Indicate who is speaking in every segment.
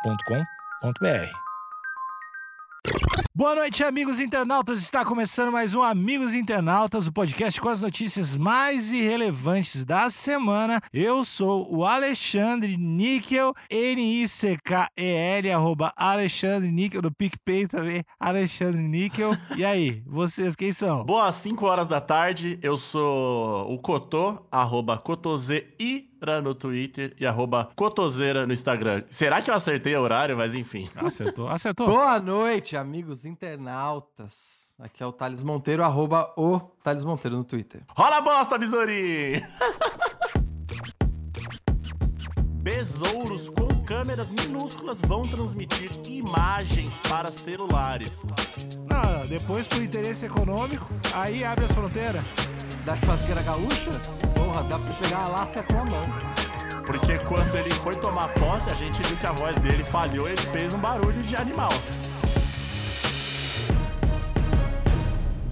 Speaker 1: agenciadepodcast.com.br. Boa noite, amigos internautas. Está começando mais um Amigos Internautas, o podcast com as notícias mais irrelevantes da semana. Eu sou o Alexandre Níquel, N-I-C-K-E-L, arroba Alexandre Níquel, do PicPay também, Alexandre Níquel. E aí, vocês quem são?
Speaker 2: Boas 5 horas da tarde, eu sou o Cotô, arroba Cotozeira no Twitter e arroba Cotozeira no Instagram. Será que eu acertei o horário? Mas enfim.
Speaker 1: Acertou, acertou.
Speaker 3: Boa noite, amigos internautas. Aqui é o Thales Monteiro, arroba o Thales Monteiro no Twitter.
Speaker 2: Rola a bosta, Besouri! Besouros com câmeras minúsculas vão transmitir imagens para celulares.
Speaker 1: Não, depois por interesse econômico, aí abre as fronteiras.
Speaker 3: Da churrasqueira gaúcha? Porra, dá pra você pegar a lasca com a mão.
Speaker 2: Porque quando ele foi tomar posse, a gente viu que a voz dele falhou e ele fez um barulho de animal.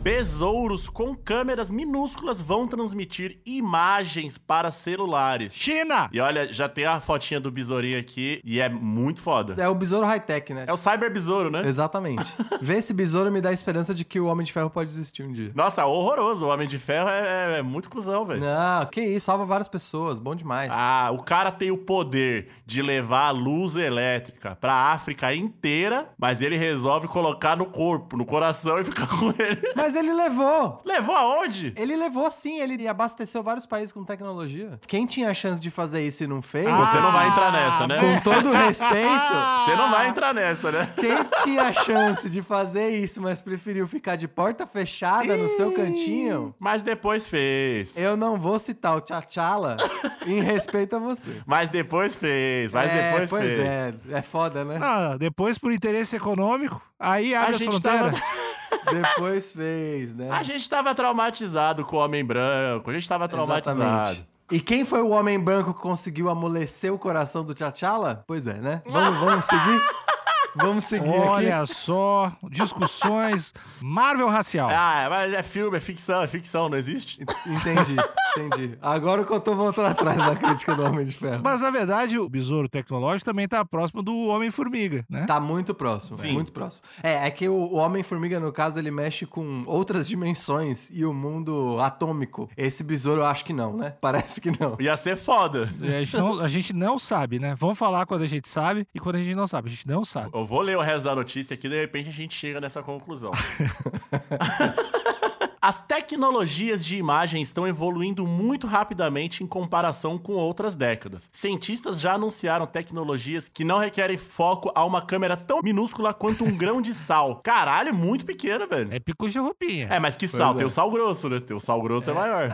Speaker 2: Besouros com câmeras minúsculas vão transmitir imagens para celulares.
Speaker 1: China!
Speaker 2: E olha, já tem a fotinha do besourinho aqui e é muito foda.
Speaker 3: É o besouro high-tech, né?
Speaker 2: É o Cyber Besouro, né?
Speaker 3: Exatamente. Ver esse besouro me dá a esperança de que o Homem de Ferro pode existir um dia.
Speaker 2: Nossa, horroroso. O Homem de Ferro é, é- é muito cuzão, velho.
Speaker 3: Não, que isso, salva várias pessoas, bom demais.
Speaker 2: Ah, o cara tem o poder de levar a luz elétrica pra África inteira, mas ele resolve colocar no corpo, no coração e ficar com ele.
Speaker 3: Mas ele levou!
Speaker 2: Levou aonde?
Speaker 3: Ele levou sim, ele abasteceu vários países com tecnologia. Quem tinha a chance de fazer isso e não fez?
Speaker 2: Você não
Speaker 1: Ah,
Speaker 2: vai entrar nessa, né?
Speaker 3: Com todo respeito,
Speaker 2: Você não vai entrar nessa, né?
Speaker 3: Quem tinha a chance de fazer isso, mas preferiu ficar de porta fechada no seu cantinho?
Speaker 2: Mas depois fez.
Speaker 3: Eu não vou citar o Tchatchala em respeito a você.
Speaker 2: Mas depois fez. Mas
Speaker 3: é,
Speaker 2: depois
Speaker 3: pois
Speaker 2: fez.
Speaker 3: é, é foda, né?
Speaker 1: Ah, depois por interesse econômico, aí abre
Speaker 2: A
Speaker 1: as
Speaker 2: gente tá
Speaker 1: fronteiras.
Speaker 3: Depois fez, né?
Speaker 2: A Ah, gente tava traumatizado com o Homem Branco. A gente tava traumatizado.
Speaker 3: E quem foi o homem branco que conseguiu amolecer o coração do Tchatchala? Pois é, né? Vamos, vamos seguir? Vamos seguir
Speaker 1: Olha
Speaker 3: aqui.
Speaker 1: só, discussões Marvel racial.
Speaker 2: Ah, mas é filme, é ficção, é ficção, não existe?
Speaker 3: Entendi, entendi. Agora que eu tô voltando atrás na crítica do Homem de Ferro.
Speaker 1: Mas na verdade, o besouro tecnológico também tá próximo do Homem-Formiga, né?
Speaker 3: Tá muito próximo,
Speaker 2: Sim.
Speaker 3: é muito próximo. É, é que o, o Homem-Formiga, no caso, ele mexe com outras dimensões e o mundo atômico. Esse besouro eu acho que não, né? Parece que não.
Speaker 2: Ia ser foda.
Speaker 1: E A gente, não, a gente não sabe, né? Vamos falar quando a gente sabe e quando a gente não sabe. A gente não sabe.
Speaker 2: Eu vou ler o resto da notícia aqui, de repente a gente chega nessa conclusão. As tecnologias de imagem estão evoluindo muito rapidamente em comparação com outras décadas. Cientistas já anunciaram tecnologias que não requerem foco a uma câmera tão minúscula quanto um grão de sal. Caralho, é muito pequeno, velho.
Speaker 1: É pico de roupinha.
Speaker 2: É, mas que sal?
Speaker 3: é.
Speaker 2: Tem o sal grosso, né? Tem o sal grosso é, maior.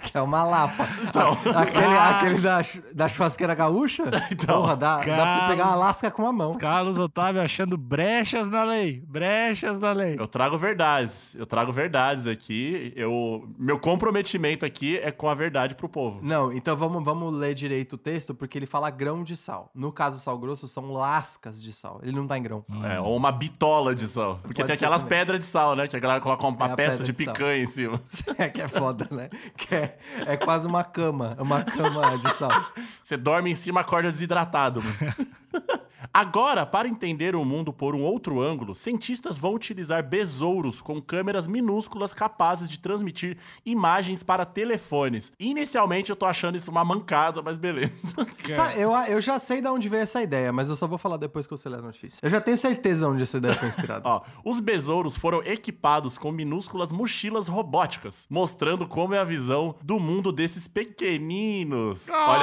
Speaker 3: Que é uma lapa.
Speaker 2: Então,
Speaker 3: Aquele,
Speaker 1: Ah.
Speaker 3: aquele da, chu- da churrasqueira gaúcha?
Speaker 2: Então,
Speaker 3: Porra, dá, dá pra
Speaker 1: cara.
Speaker 3: você pegar uma lasca com a mão.
Speaker 1: Carlos Otávio achando brechas na lei. Brechas na lei.
Speaker 2: eu trago verdades. Eu trago verdades aqui. Eu, meu comprometimento aqui é com a verdade pro povo.
Speaker 3: Não, então vamos, vamos ler direito o texto, porque ele fala grão de sal. No caso, sal grosso são lascas de sal. Ele não tá em grão.
Speaker 2: É, ou uma bitola de sal. Porque
Speaker 3: Pode
Speaker 2: tem
Speaker 3: ser
Speaker 2: aquelas
Speaker 3: também.
Speaker 2: pedras de sal, né? Que a galera coloca uma
Speaker 3: É, a
Speaker 2: peça
Speaker 3: pedra
Speaker 2: de
Speaker 3: de sal.
Speaker 2: picanha em cima.
Speaker 3: É que é foda, né? Que é, é quase uma cama. Uma cama de sal.
Speaker 2: Você dorme em cima, acorda desidratado. mano. Agora, para entender o mundo por um outro ângulo, cientistas vão utilizar besouros com câmeras minúsculas capazes de transmitir imagens para telefones. Inicialmente eu tô achando isso uma mancada, mas beleza.
Speaker 3: Sa- eu, eu já sei de onde veio essa ideia, mas eu só vou falar depois que você ler a notícia. Eu já tenho certeza de onde essa ideia foi inspirada.
Speaker 2: Ó, os besouros foram equipados com minúsculas mochilas robóticas, mostrando como é a visão do mundo desses pequeninos. Olha,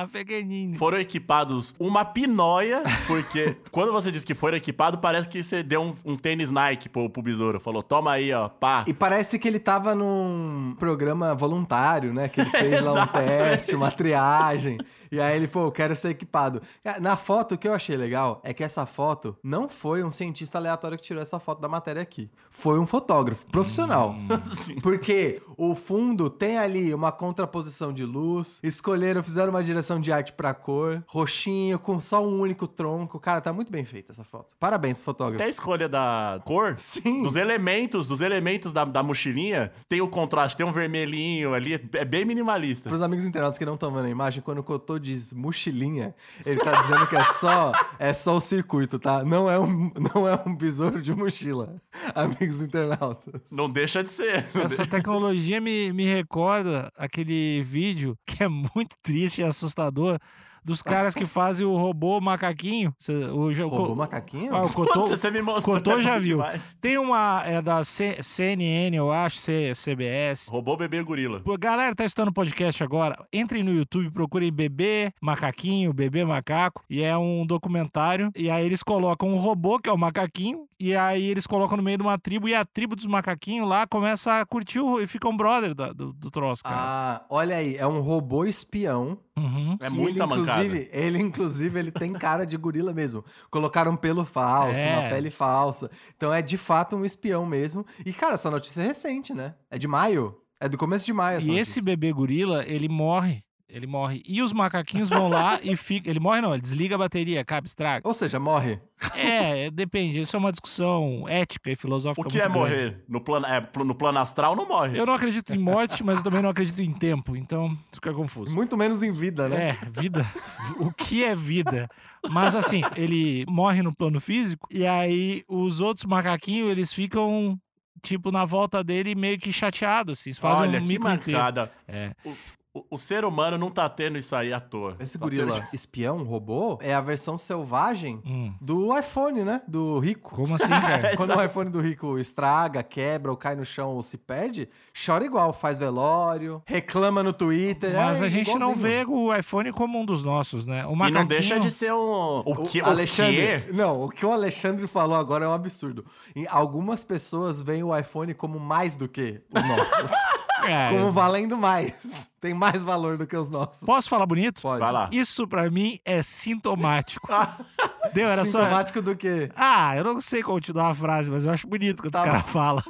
Speaker 1: Ah, pequenininho.
Speaker 2: Foram equipados uma pinóia, porque quando você diz que foram equipados, parece que você deu um, um tênis Nike pro, pro besouro. Falou, toma aí, ó, pá.
Speaker 3: E parece que ele tava num programa voluntário, né? Que ele fez lá um
Speaker 2: Exatamente.
Speaker 3: teste, uma triagem. E aí ele, pô, eu quero ser equipado. Cara, Na foto, o que eu achei legal é que essa foto não foi um cientista aleatório que tirou essa foto da matéria aqui. Foi um fotógrafo profissional.
Speaker 2: Assim.
Speaker 3: Porque o fundo tem ali uma contraposição de luz, escolheram, fizeram uma direção de arte pra cor, roxinho, com só um único tronco. Cara, tá muito bem feita essa foto. Parabéns,
Speaker 2: Até
Speaker 3: fotógrafo.
Speaker 2: a escolha da cor,
Speaker 3: Sim.
Speaker 2: dos elementos, dos elementos da, da mochilinha, tem o contraste, tem um vermelhinho ali, é bem minimalista.
Speaker 3: Para os amigos internautas que não estão vendo a imagem, quando o Cotô Bezel diz mochilinha, ele tá dizendo que é só, é só o circuito, tá? Não é, um, não é um besouro de mochila, amigos internautas.
Speaker 2: Não deixa de ser. Não
Speaker 1: Essa tecnologia me, me recorda aquele vídeo que é muito triste e assustador dos caras que fazem o robô macaquinho. Cê- O, jo-
Speaker 3: Roubou
Speaker 1: co-
Speaker 3: macaquinho?
Speaker 1: Ah, o Cotô,
Speaker 2: Putz, você me mostrou,
Speaker 1: Cotô
Speaker 2: é
Speaker 1: já
Speaker 2: bom
Speaker 1: viu.
Speaker 2: demais.
Speaker 1: Tem uma é da C- CNN, eu acho, C- CBS.
Speaker 2: Robô bebê gorila.
Speaker 1: Pô, Galera, tá escutando o podcast agora? Entrem no YouTube, procurem Bebê Macaquinho, Bebê Macaco, e é um documentário. E aí eles colocam um robô, que é o macaquinho, e aí eles colocam no meio de uma tribo, e a tribo dos macaquinhos lá começa a curtir o, e fica um brother da- do, do troço, cara.
Speaker 3: Ah, olha aí, é um robô espião.
Speaker 1: Uhum.
Speaker 2: É
Speaker 3: que
Speaker 2: muita
Speaker 3: ele,
Speaker 2: mancada.
Speaker 3: inclusive, ele, inclusive, ele tem cara de gorila mesmo. Colocaram um pelo falso,
Speaker 1: É.
Speaker 3: uma pele falsa. Então é de fato um espião mesmo. E, cara, essa notícia é recente, né? É de maio. É do começo de maio essa
Speaker 1: E
Speaker 3: notícia.
Speaker 1: esse bebê gorila, ele morre. Ele morre. E os macaquinhos vão lá e fica. Ele morre, não, ele desliga a bateria, acaba, estraga.
Speaker 2: Oh.
Speaker 3: Ou seja, morre.
Speaker 1: É, é, depende. Isso é uma discussão ética e
Speaker 2: O
Speaker 1: filosófica.
Speaker 2: que é
Speaker 1: muito grande.
Speaker 2: morrer? No plano, é, pl- no plano astral não morre.
Speaker 1: Eu não acredito em morte, mas eu também não acredito em tempo, então fica confuso.
Speaker 3: Muito menos em vida, né?
Speaker 1: É, vida. O que é vida? Mas assim, ele morre no plano físico e aí os outros macaquinhos, eles ficam, tipo, na volta dele meio que chateados, assim. Eles fazem
Speaker 2: Olha,
Speaker 1: um
Speaker 2: que
Speaker 1: mico inteiro.
Speaker 2: mancada.
Speaker 1: É.
Speaker 2: Os- O, o ser humano não tá tendo isso aí à toa.
Speaker 3: Esse
Speaker 2: Tá
Speaker 3: gorila
Speaker 2: tendo-
Speaker 3: espião, robô, é a versão selvagem
Speaker 1: Hum.
Speaker 3: do iPhone, né? Do rico.
Speaker 1: Como assim, cara?
Speaker 3: Quando o iPhone do rico estraga, quebra ou cai no chão ou se perde, chora igual, faz velório, reclama no Twitter.
Speaker 1: Mas
Speaker 3: é
Speaker 1: a gente não
Speaker 3: igualzinho.
Speaker 1: vê o iPhone como um dos nossos, né? O
Speaker 2: E
Speaker 1: macaquinho...
Speaker 2: não deixa de ser um. O que? O,
Speaker 3: Alexandre,
Speaker 2: quê?
Speaker 3: não, o que o Alexandre falou agora é um absurdo. E algumas pessoas veem o iPhone como mais do que os nossos,
Speaker 1: É,
Speaker 3: como valendo mais, tem mais valor do que os nossos.
Speaker 1: Posso falar bonito?
Speaker 3: Pode.
Speaker 2: Vai lá.
Speaker 1: Isso pra mim é sintomático. Deu, era só...
Speaker 3: Sintomático do que?
Speaker 1: Ah, eu não sei continuar a frase, mas eu acho bonito quando
Speaker 3: Tá
Speaker 1: os caras falam.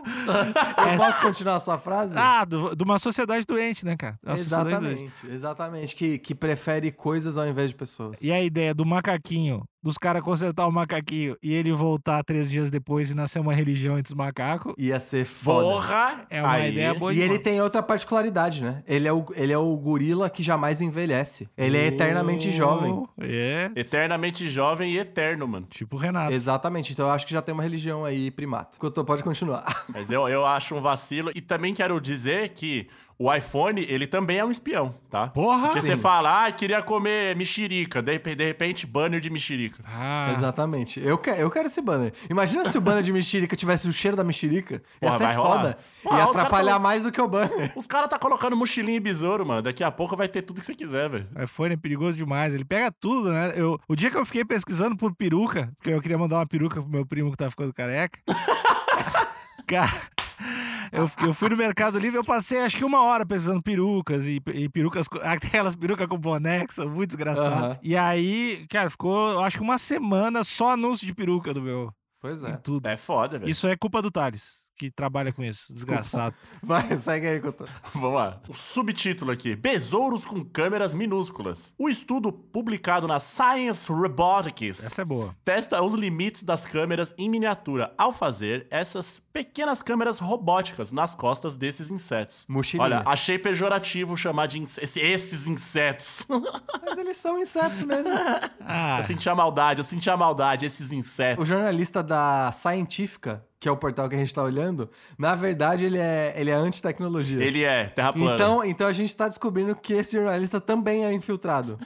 Speaker 3: Eu posso continuar a sua frase?
Speaker 1: Ah, do- de uma sociedade doente, né, cara? Uma sociedade doente.
Speaker 3: exatamente, exatamente. Que, que prefere coisas ao invés de pessoas.
Speaker 1: E a ideia do macaquinho, dos caras consertar o macaquinho e ele voltar três dias depois e nascer uma religião entre os macacos,
Speaker 3: Ia ser foda.
Speaker 2: Porra!
Speaker 1: é uma
Speaker 2: aí.
Speaker 1: ideia boa
Speaker 3: E ele
Speaker 1: demais.
Speaker 3: tem outra particularidade, né? Ele é o, ele é o gorila que jamais envelhece. Ele é eternamente jovem.
Speaker 1: É,
Speaker 2: Eternamente jovem e eterno, mano.
Speaker 1: tipo o Renato.
Speaker 3: Exatamente. Então eu acho que já tem uma religião aí primata. Cotô, pode continuar.
Speaker 2: Mas eu, eu acho um vacilo. E também quero dizer que o iPhone, ele também é um espião, tá?
Speaker 1: Porra!
Speaker 2: Porque
Speaker 3: Sim.
Speaker 2: você fala, ah, queria comer mexerica. De, de repente, banner de mexerica.
Speaker 1: Ah,
Speaker 3: Exatamente. Eu, que, eu quero esse banner. Imagina se o banner de mexerica tivesse o cheiro da mexerica. Ia
Speaker 2: Porra,
Speaker 3: ser
Speaker 2: vai rolar.
Speaker 3: foda.
Speaker 2: Porra,
Speaker 3: Ia
Speaker 2: os caras
Speaker 3: atrapalhar
Speaker 2: tão-
Speaker 3: mais do que o banner.
Speaker 2: Os caras tá colocando mochilinha e besouro, mano. Daqui a pouco vai ter tudo que você quiser, velho.
Speaker 1: O iPhone é perigoso demais, ele pega tudo, né? Eu, o dia que eu fiquei pesquisando por peruca, porque eu queria mandar uma peruca pro meu primo que tá ficando careca. cara, eu, fiquei- eu fui no Mercado Livre, eu passei acho que uma hora pesquisando perucas e, e perucas, com- aquelas perucas com boné, que são muito desgraçadas.
Speaker 3: Aham.
Speaker 1: E aí, cara, ficou eu acho que uma semana só anúncio de peruca do meu.
Speaker 3: Pois
Speaker 1: Em
Speaker 3: é.
Speaker 1: tudo.
Speaker 2: É foda, velho.
Speaker 1: Isso é culpa do Thales, que trabalha com isso. Desgraçado.
Speaker 3: Vai, segue aí, Cotô.
Speaker 2: Vamos lá. O subtítulo aqui: Besouros com câmeras minúsculas. O estudo publicado na Science Robotics
Speaker 1: Essa é boa.
Speaker 2: testa os limites das câmeras em miniatura ao fazer essas pequenas câmeras robóticas nas costas desses insetos.
Speaker 3: Mochilinha.
Speaker 2: Olha, achei pejorativo chamar de inse- esse- esses insetos.
Speaker 3: Mas eles são insetos mesmo.
Speaker 1: Ah,
Speaker 3: É.
Speaker 2: Eu senti a maldade, eu senti a maldade, esses
Speaker 3: O
Speaker 2: insetos.
Speaker 3: jornalista da Científica, que é o portal que a gente tá olhando, na verdade ele é, ele é anti-tecnologia.
Speaker 2: Ele é terra plana.
Speaker 3: Então, então a gente tá descobrindo que esse jornalista também é infiltrado.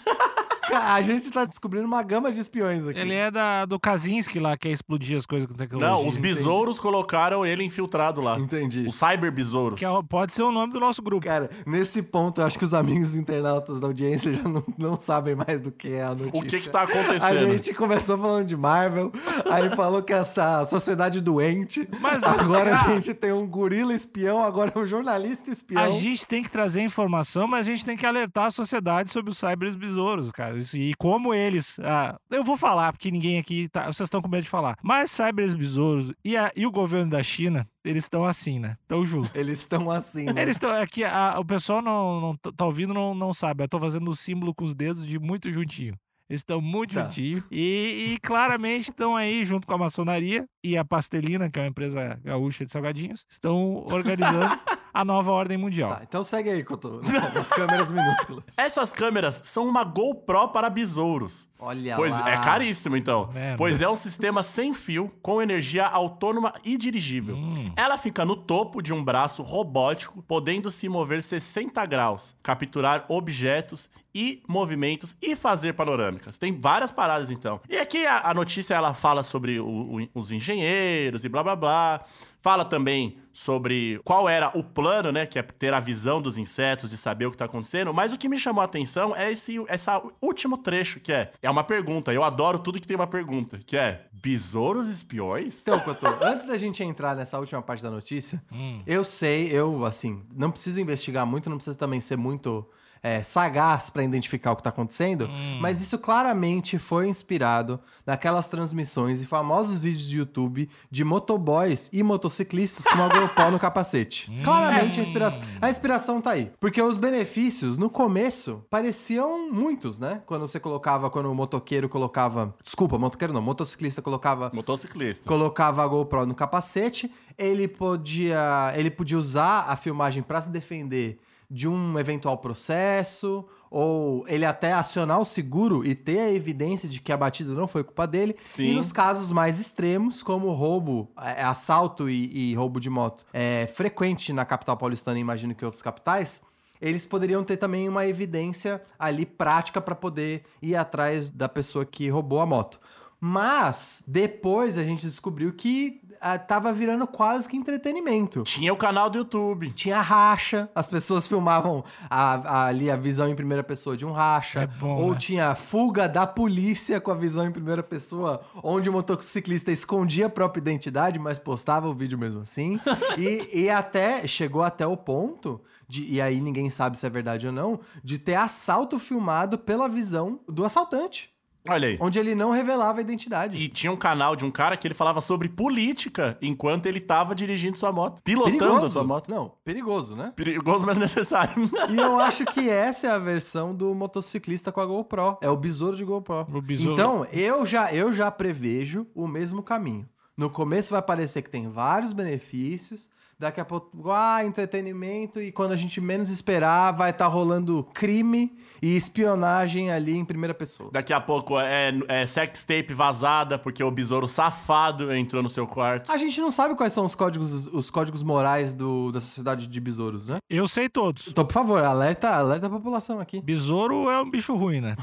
Speaker 3: Ca- a gente tá descobrindo uma gama de espiões aqui.
Speaker 1: ele é da, do Kaczynski lá, que é explodir as coisas com tecnologia.
Speaker 2: Não, os besouros colocaram ele infiltrado lá.
Speaker 3: Entendi.
Speaker 2: Os cyberbesouros.
Speaker 1: Que é o- pode ser o nome do nosso grupo.
Speaker 3: Cara, nesse ponto, eu acho que os amigos internautas da audiência já não, não sabem mais do que é a notícia.
Speaker 2: O que que tá
Speaker 3: A
Speaker 2: acontecendo?
Speaker 3: gente começou falando de Marvel, aí falou que essa sociedade doente.
Speaker 1: Mas-
Speaker 3: agora a
Speaker 1: Ah.
Speaker 3: gente tem um gorila espião, agora é um jornalista espião.
Speaker 1: A gente tem que trazer informação, mas a gente tem que alertar a sociedade sobre os cyber besouros, cara. Isso- E como eles. ah, eu vou falar, porque ninguém aqui. Tá, vocês estão com medo de falar. Mas cyber besouros e, a- e o governo da China, eles estão assim, né? Estão juntos.
Speaker 3: Eles estão assim. né?
Speaker 1: Eles estão. Aqui, a- o pessoal não, não tá- tá ouvindo, não, não sabe. Eu tô fazendo o símbolo com os dedos de muito juntinho. Eles estão muito
Speaker 3: Tá.
Speaker 1: juntinho. E, e claramente estão aí, junto com a maçonaria e a pastelina, que é uma empresa gaúcha de salgadinhos, estão organizando a nova ordem mundial.
Speaker 3: Tá, então segue aí, Couto. As câmeras minúsculas.
Speaker 2: Essas câmeras são uma GoPro para besouros.
Speaker 3: Olha
Speaker 2: Pois
Speaker 3: lá.
Speaker 2: é caríssimo, então.
Speaker 1: Merda.
Speaker 2: Pois é um sistema sem fio, com energia autônoma e dirigível. Ela fica no topo de um braço robótico, podendo se mover 60 graus, capturar objetos e movimentos e fazer panorâmicas. Tem várias paradas, então. E aqui a, a notícia ela fala sobre o- o- os engenheiros e blá blá blá. Fala também sobre qual era o plano, né? Que é ter a visão dos insetos, de saber o que tá acontecendo. Mas o que me chamou a atenção é esse essa último trecho, que é... É uma pergunta. Eu adoro tudo que tem uma pergunta. Que é... Besouros espiões?
Speaker 3: Então, Couto, antes da gente entrar nessa última parte da notícia, eu sei, eu, assim, não preciso investigar muito, não preciso também ser muito é, sagaz pra identificar o que tá acontecendo, mas isso claramente foi inspirado naquelas transmissões e famosos vídeos de YouTube de motoboys e motociclistas com uma GoPro no capacete. Claramente a inspiração, a inspiração tá aí. Porque os benefícios, no começo, pareciam muitos, né? Quando você colocava, quando o motoqueiro colocava... Desculpa, motoqueiro não, motociclista colocava
Speaker 2: Motociclista.
Speaker 3: colocava a GoPro no capacete, ele podia, ele podia usar a filmagem para se defender de um eventual processo, ou ele até acionar o seguro e ter a evidência de que a batida não foi culpa dele.
Speaker 2: Sim.
Speaker 3: E nos casos mais extremos, como roubo, é, assalto e, e roubo de moto, é frequente na capital paulistana, e imagino que em outras capitais, eles poderiam ter também uma evidência ali prática para poder ir atrás da pessoa que roubou a moto. Mas depois a gente descobriu que ah, tava virando quase que entretenimento.
Speaker 2: Tinha o canal do YouTube.
Speaker 3: Tinha racha, as pessoas filmavam a- a- ali a visão em primeira pessoa de um racha.
Speaker 1: É bom,
Speaker 3: ou
Speaker 1: né?
Speaker 3: tinha fuga da polícia com a visão em primeira pessoa, onde o motociclista escondia a própria identidade, mas postava o vídeo mesmo assim. e, e até chegou até o ponto, de, e aí ninguém sabe se é verdade ou não, de ter assalto filmado pela visão do assaltante,
Speaker 2: Olha aí.
Speaker 3: onde ele não revelava a identidade.
Speaker 2: E tinha um canal de um cara que ele falava sobre política enquanto ele tava dirigindo sua moto. Pilotando a sua moto.
Speaker 3: Não, perigoso, né?
Speaker 2: Perigoso, mas necessário.
Speaker 3: E eu acho que essa é a versão do motociclista com a GoPro. É o besouro de GoPro.
Speaker 1: O besouro.
Speaker 3: Então, eu já, eu já prevejo o mesmo caminho. No começo vai parecer que tem vários benefícios. Daqui a pouco, ah, entretenimento. E quando a gente menos esperar, vai estar rolando crime e espionagem ali em primeira pessoa.
Speaker 2: Daqui a pouco é, é sex tape vazada, porque o besouro safado entrou no seu quarto.
Speaker 3: A gente não sabe quais são os códigos, os códigos morais do- da sociedade de besouros, né?
Speaker 1: Eu sei todos.
Speaker 3: Então, por favor, alerta, alerta a população aqui.
Speaker 1: Besouro é um bicho ruim, né?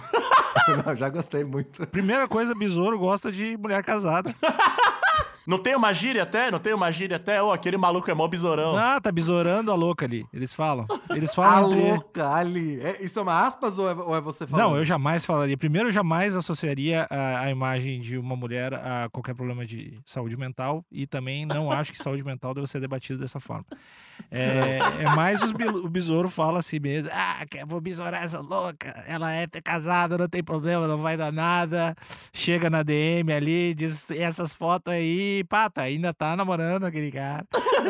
Speaker 3: Não, já gostei muito.
Speaker 1: Primeira coisa, besouro gosta de mulher casada.
Speaker 2: Não tem uma gíria até? Não tem uma gíria até? Ô, aquele maluco é mó besourão.
Speaker 1: Ah, tá besourando a louca ali. Eles falam. Eles
Speaker 3: A
Speaker 1: falam. entre-
Speaker 3: louca ali. É- isso é uma aspas ou é, ou é você falando?
Speaker 1: Não, eu jamais falaria. Primeiro, eu jamais associaria a, a imagem de uma mulher a qualquer problema de saúde mental. E também não acho que saúde mental deve ser debatida dessa forma. É, é mais os, bil- o besouro fala assim mesmo: ah, que- vou besourar essa louca. Ela é casada, não tem problema, não vai dar nada. Chega na DM ali, diz essas fotos aí. Pá, tá, ainda tá namorando aquele cara.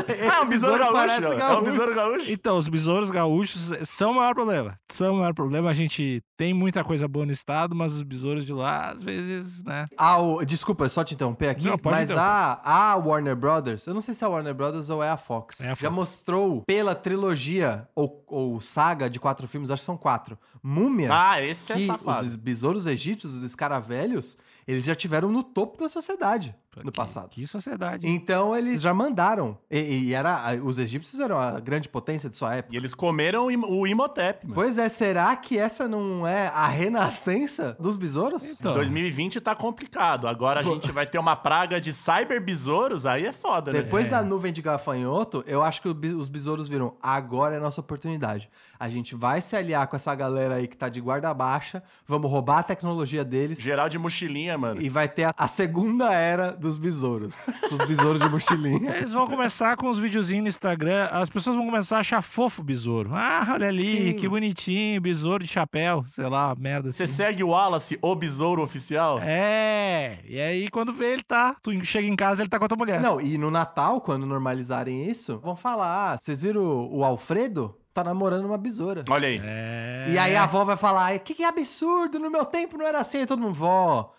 Speaker 2: é um besouro
Speaker 3: besouro
Speaker 2: gaúcho.
Speaker 3: parece
Speaker 2: É um
Speaker 3: gaúcho.
Speaker 2: besouro gaúcho.
Speaker 1: Então, os besouros gaúchos são o maior problema. São o maior problema. A gente tem muita coisa boa no estado, mas os besouros de lá, às vezes, né?
Speaker 3: Ah, o- desculpa, só te interromper aqui,
Speaker 1: Não, pode
Speaker 3: mas a, a Warner Brothers, eu não sei se é a Warner Brothers ou é a Fox,
Speaker 1: É a
Speaker 3: já
Speaker 1: Fox.
Speaker 3: mostrou pela trilogia ou, ou saga de quatro filmes, acho que são quatro, Múmia,
Speaker 2: Ah, esse é
Speaker 3: que
Speaker 2: safado.
Speaker 3: os besouros egípcios, os escaravelhos, eles já tiveram no topo da sociedade no
Speaker 1: Que-
Speaker 3: passado.
Speaker 1: Que sociedade. hein?
Speaker 3: Então eles já mandaram, e, e era, os egípcios eram a grande potência de sua época.
Speaker 2: E eles comeram o Im- o Imhotep, mano.
Speaker 3: Pois é, será que essa não é a renascença dos besouros?
Speaker 1: Então,
Speaker 2: 2020 tá complicado. Agora a gente vai ter uma praga de cyber besouros, aí é foda, né?
Speaker 3: Depois da nuvem de gafanhoto, eu acho que o bis- os besouros viram. Agora é a nossa oportunidade. A gente vai se aliar com essa galera aí que tá de guarda baixa, vamos roubar a tecnologia deles
Speaker 2: Geral de mochilinha, mano.
Speaker 3: e vai ter a, a segunda era dos besouros. Os besouros de mochilinha.
Speaker 1: eles vão começar com os videozinhos no Instagram. As pessoas vão começar a achar fofo o besouro. Ah, olha ali,
Speaker 3: Sim.
Speaker 1: que bonitinho, besouro de chapéu, sei lá, merda
Speaker 2: Você
Speaker 1: assim.
Speaker 2: segue o Wallace, o besouro oficial?
Speaker 1: É, e aí quando vê ele tá, tu chega em casa, ele tá com a tua mulher.
Speaker 3: Não, e no Natal, quando normalizarem isso, vão falar: ah, vocês viram o, o Alfredo? tá namorando uma besoura.
Speaker 2: Olha aí.
Speaker 1: É.
Speaker 3: E aí a avó vai falar, que, que absurdo, no meu tempo não era assim. Aí todo mundo, vó,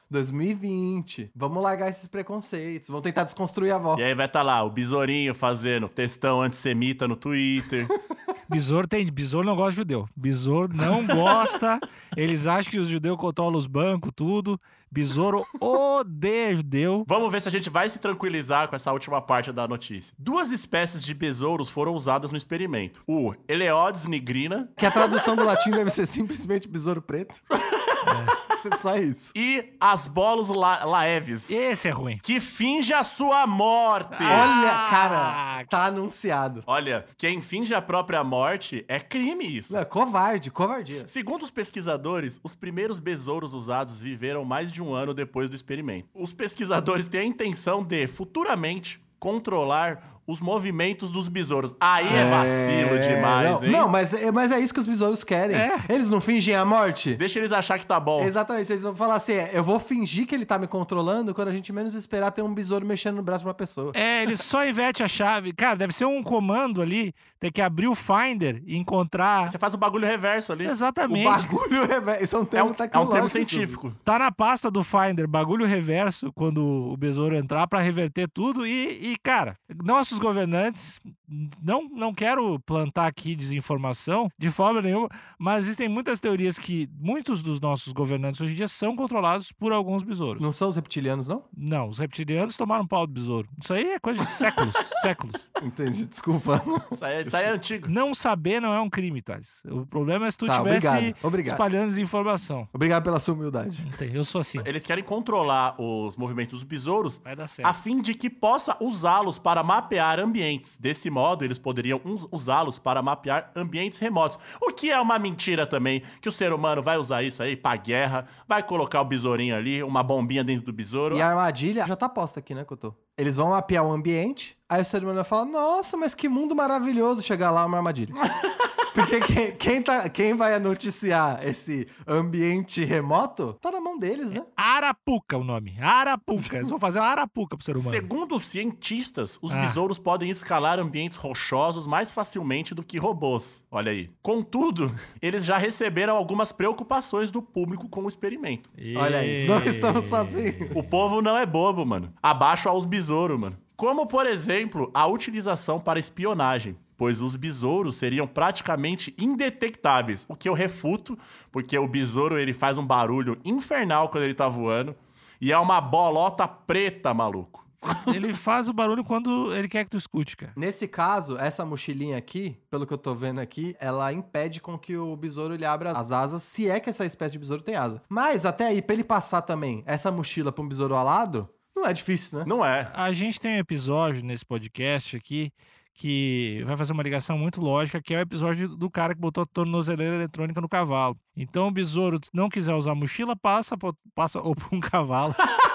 Speaker 3: 2020, vamos largar esses preconceitos, vão tentar desconstruir a avó.
Speaker 2: E aí vai tá lá o Besourinho fazendo textão antissemita no Twitter.
Speaker 1: Besouro tem. Besouro não gosta de judeu. Besouro não gosta. Eles acham que os judeus controlam os bancos, tudo. Besouro odeia judeu.
Speaker 2: Vamos ver se a gente vai se tranquilizar com essa última parte da notícia. Duas espécies de besouros foram usadas no experimento. O Eleodes nigrina
Speaker 3: Que a tradução do latim deve ser simplesmente besouro preto.
Speaker 2: É.
Speaker 3: Deve ser só isso.
Speaker 2: e Asbolus la laevis,
Speaker 1: Esse é ruim.
Speaker 2: que finge a sua morte.
Speaker 3: Ah. Olha,
Speaker 1: Ah,
Speaker 3: cara, tá anunciado.
Speaker 2: Olha, quem finge a própria morte é crime isso.
Speaker 3: Não, covarde, covardia.
Speaker 2: Segundo os pesquisadores, os primeiros besouros usados viveram mais de um ano depois do experimento. Os pesquisadores têm a intenção de, futuramente, controlar os movimentos dos besouros. Aí é, vacilo demais,
Speaker 3: não,
Speaker 2: hein?
Speaker 3: Não, mas, é- mas é isso que os besouros querem.
Speaker 1: É.
Speaker 3: Eles não fingem a morte?
Speaker 2: Deixa eles achar que tá bom.
Speaker 3: Exatamente, eles vão falar assim: é, eu vou fingir que ele tá me controlando quando a gente menos esperar tem um besouro mexendo no braço de uma pessoa.
Speaker 1: É, ele só inverte a chave. Cara, deve ser um comando ali. Tem que abrir o Finder e encontrar.
Speaker 2: Você faz o bagulho reverso ali.
Speaker 1: Exatamente.
Speaker 3: O bagulho é. velho, Isso é um
Speaker 2: É
Speaker 3: termo
Speaker 2: um, é um
Speaker 3: tecnológico.
Speaker 2: termo científico.
Speaker 1: Tá na pasta do Finder, bagulho reverso, quando o besouro entrar pra reverter tudo. E, e, cara, nossos governantes, não, não quero plantar aqui desinformação de forma nenhuma, mas existem muitas teorias que muitos dos nossos governantes hoje em dia são controlados por alguns besouros.
Speaker 3: Não são os reptilianos, não?
Speaker 1: Não, os reptilianos tomaram um pau do besouro. Isso aí é coisa de séculos, séculos.
Speaker 3: Entendi, desculpa.
Speaker 2: Isso aí, isso aí é antigo.
Speaker 1: Não saber não é um crime, Thales. O problema é se tu
Speaker 3: Tá,
Speaker 1: tivesse
Speaker 3: obrigado, obrigado.
Speaker 1: espalhando desinformação.
Speaker 3: Obrigado pela sua humildade.
Speaker 1: Não tem, Eu sou assim.
Speaker 2: Eles querem controlar os movimentos dos besouros
Speaker 1: Vai dar certo.
Speaker 2: a fim de que possa usá-los para mapear ambientes. Desse modo, eles poderiam us- usá-los para mapear ambientes remotos. O que é uma mentira também, que o ser humano vai usar isso aí pra guerra, vai colocar o besourinho ali, uma bombinha dentro do besouro.
Speaker 3: E a armadilha já tá posta aqui, né, Cotô? Eles vão mapear o ambiente, aí o ser humano vai falar: nossa, mas que mundo maravilhoso chegar lá é uma armadilha. Porque quem, quem tá, quem vai noticiar esse ambiente remoto tá na mão deles, né?
Speaker 1: Arapuca o nome. Arapuca. Eles vão fazer uma arapuca pro ser humano.
Speaker 2: Segundo os cientistas, os
Speaker 1: Ah.
Speaker 2: besouros podem escalar ambientes rochosos mais facilmente do que robôs. Olha aí. Contudo, eles já receberam algumas preocupações do público com o experimento.
Speaker 3: Olha aí, não estamos sozinhos.
Speaker 2: O povo não é bobo, mano. Abaixo aos besouros, mano. Como, por exemplo, a utilização para espionagem, pois os besouros seriam praticamente indetectáveis, o que eu refuto, porque o besouro ele faz um barulho infernal quando ele tá voando e é uma bolota preta, maluco.
Speaker 1: Ele faz o barulho quando ele quer que tu escute, cara.
Speaker 3: Nesse caso, essa mochilinha aqui, pelo que eu tô vendo aqui, ela impede com que o besouro ele abra as asas, se é que essa espécie de besouro tem asa. Mas até aí, pra ele passar também essa mochila pra um besouro alado, não é difícil, né?
Speaker 2: Não é.
Speaker 1: A gente tem um episódio nesse podcast aqui que vai fazer uma ligação muito lógica, que é o episódio do cara que botou a tornozeleira eletrônica no cavalo. Então o besouro se não quiser usar mochila, passa, pro- passa ou pra um cavalo,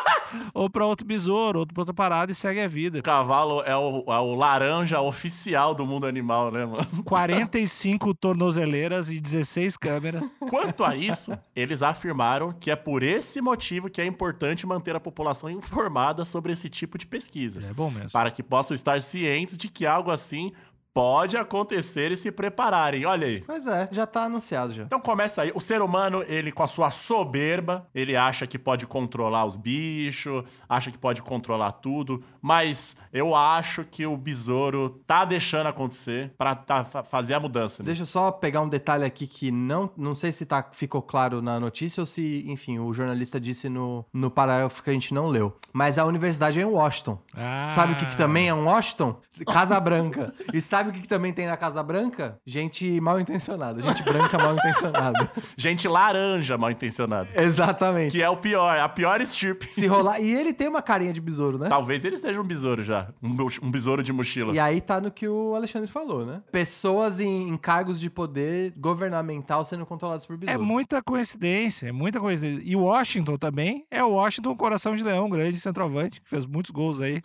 Speaker 1: ou pra outro besouro, ou pra outra parada e segue a vida.
Speaker 2: O cavalo é o, é o laranja oficial do mundo animal, né, mano?
Speaker 1: 45 tornozeleiras e 16 câmeras.
Speaker 2: Quanto a isso, eles afirmaram que é por esse motivo que é importante manter a população informada sobre esse tipo de pesquisa,
Speaker 1: É bom mesmo.
Speaker 2: para que possam estar cientes de que algo assim pode acontecer e se prepararem. Olha aí.
Speaker 3: Pois é, já tá anunciado já.
Speaker 2: Então começa aí. O ser humano, ele com a sua soberba, ele acha que pode controlar os bichos, acha que pode controlar tudo, mas eu acho que o besouro tá deixando acontecer pra tá- fa- fazer a mudança. Né?
Speaker 3: Deixa eu só pegar um detalhe aqui que não, não sei se tá, ficou claro na notícia ou se, enfim, o jornalista disse no, no parágrafo que a gente não leu. Mas a universidade é em Washington.
Speaker 1: Ah.
Speaker 3: Sabe o que, que também é um Washington? Casa Branca. E sabe o que, que também tem na Casa Branca? Gente mal intencionada. Gente branca mal intencionada.
Speaker 2: Gente laranja mal intencionada.
Speaker 3: Exatamente.
Speaker 2: Que é o pior, a pior estirpe.
Speaker 3: Se rolar. E ele tem uma carinha de besouro,
Speaker 1: Tá.
Speaker 3: né?
Speaker 2: Talvez ele seja um besouro já. Um, mo- um besouro de mochila.
Speaker 3: E aí tá no que o Alexandre falou, né? Pessoas em, em cargos de poder governamental sendo controladas por
Speaker 1: É
Speaker 3: besouro.
Speaker 1: muita coincidência, é muita coincidência. E Washington também é o Washington Coração de Leão, um grande centroavante, que fez muitos gols aí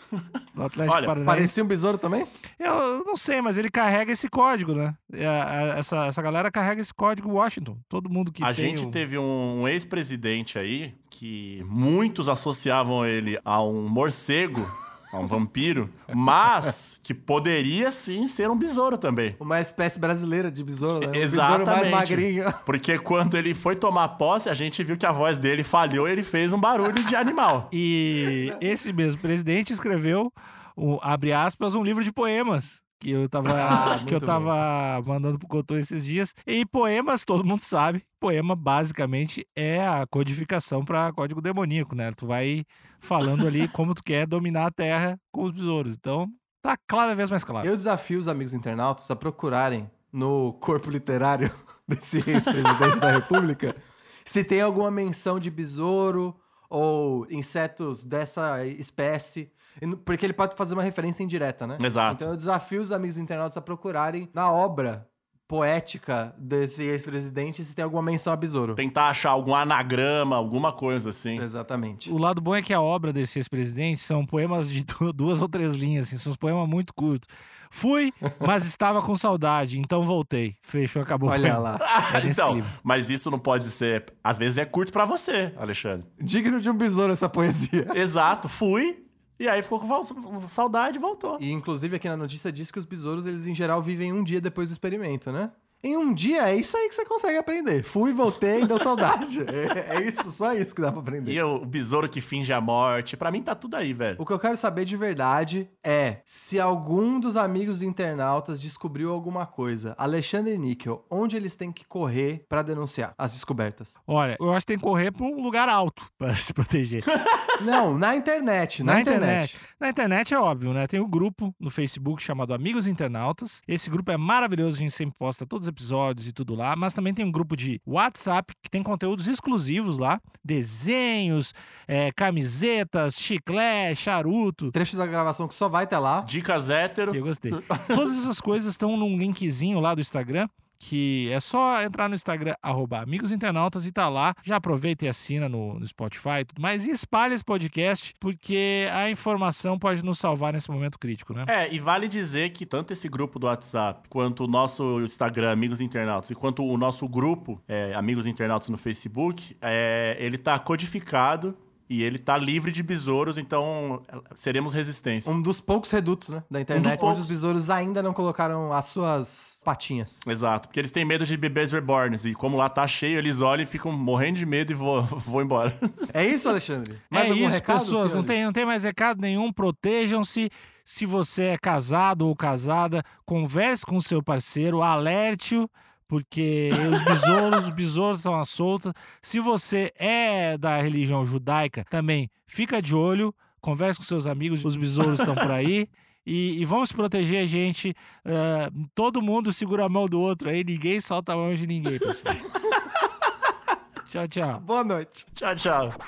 Speaker 1: no Atlético
Speaker 2: Olha,
Speaker 1: Paranaense.
Speaker 3: Parecia um besouro também?
Speaker 1: Eu não sei, mas ele carrega esse código, né? É, a- Essa, essa galera carrega esse código Washington. Todo mundo que
Speaker 2: a
Speaker 1: tem
Speaker 2: gente
Speaker 1: o-
Speaker 2: teve um, um ex-presidente aí que muitos associavam ele a um morcego É um vampiro, mas que poderia sim ser um besouro também.
Speaker 3: Uma espécie brasileira de besouro, né? Um
Speaker 2: Exatamente.
Speaker 3: besouro mais magrinho.
Speaker 2: Porque quando ele foi tomar posse, a gente viu que a voz dele falhou e ele fez um barulho de animal.
Speaker 1: E esse mesmo presidente escreveu, um, abre aspas, um livro de poemas. Que eu tava,
Speaker 3: Ah,
Speaker 1: que eu
Speaker 3: muito
Speaker 1: tava mandando pro Cotô esses dias. E poemas, todo mundo sabe. Poema, basicamente, é a codificação para código demoníaco, né? Tu vai falando ali como tu quer dominar a terra com os besouros. Então, tá cada vez mais claro.
Speaker 3: Eu desafio os amigos internautas a procurarem no corpo literário desse ex-presidente da República se tem alguma menção de besouro ou insetos dessa espécie. E no- Porque ele pode fazer uma referência indireta, né?
Speaker 2: Exato.
Speaker 3: Então eu desafio os amigos internautas a procurarem na obra poética desse ex-presidente se tem alguma menção a besouro.
Speaker 2: Tentar achar algum anagrama, alguma coisa assim.
Speaker 3: Exatamente.
Speaker 1: O lado bom é que a obra desse ex-presidente são poemas de du- duas ou três linhas, assim, são uns poemas muito curtos. Fui, mas estava com saudade, então voltei. Fechou, acabou. o
Speaker 3: Olha
Speaker 1: poema.
Speaker 3: lá.
Speaker 1: É nesse
Speaker 2: então,
Speaker 1: clima.
Speaker 2: mas isso não pode ser. Às vezes é curto pra você, Alexandre.
Speaker 3: Digno de um besouro essa poesia.
Speaker 2: Exato, fui. E aí ficou com val- saudade e voltou.
Speaker 3: E inclusive aqui na notícia diz que os besouros, eles em geral vivem um dia depois do experimento, né? Em um dia é isso aí que você consegue aprender. Fui, voltei e deu saudade. é, é isso, só isso que dá pra aprender.
Speaker 2: E o besouro que finge a morte. Pra mim tá tudo aí, velho.
Speaker 3: O que eu quero saber de verdade é se algum dos amigos internautas descobriu alguma coisa. Alexandre Níquel, onde eles têm que correr pra denunciar as descobertas?
Speaker 1: Olha, eu acho que tem que correr para um lugar alto para se proteger.
Speaker 3: Não, na internet, na, internet.
Speaker 1: Na internet é óbvio, né? Tem um grupo no Facebook chamado Amigos Internautas. Esse grupo é maravilhoso, a gente sempre posta todos os episódios e tudo lá. Mas também tem um grupo de WhatsApp que tem conteúdos exclusivos lá: desenhos, eh, camisetas, chiclete, charuto.
Speaker 3: Trecho da gravação que só vai até lá.
Speaker 2: Dicas hétero.
Speaker 1: Eu gostei. Todas essas coisas estão num linkzinho lá do Instagram. Que é só entrar no Instagram, arroba Amigos Internautas e tá lá. Já aproveita e assina no, no Spotify e tudo mais. E espalha esse podcast, porque a informação pode nos salvar nesse momento crítico, né?
Speaker 2: É, e vale dizer que tanto esse grupo do WhatsApp, quanto o nosso Instagram, Amigos Internautas, e quanto o nosso grupo, é, Amigos Internautas no Facebook, é, ele tá codificado e ele tá livre de besouros, então é, seremos resistência.
Speaker 3: Um dos poucos redutos, né? Da
Speaker 2: dos
Speaker 3: internet, onde
Speaker 2: poucos.
Speaker 3: os besouros ainda não colocaram as suas patinhas.
Speaker 2: Exato, porque eles têm medo de bebês reborns, e como lá tá cheio, eles olham e ficam morrendo de medo e vou, vou embora.
Speaker 3: É isso, Alexandre?
Speaker 1: é isso, pessoas. Não tem, não tem mais recado nenhum. Protejam-se. Se você é casado ou casada, converse com o seu parceiro, alerte-o, porque os besouros, os besouros estão à solta. Se você é da religião judaica, também fica de olho, converse com seus amigos, os besouros estão por aí. E, e vamos proteger a gente. ah, todo mundo segura a mão do outro aí, ninguém solta a mão de ninguém, pessoal. tchau, tchau.
Speaker 3: Boa noite.
Speaker 2: tchau, tchau.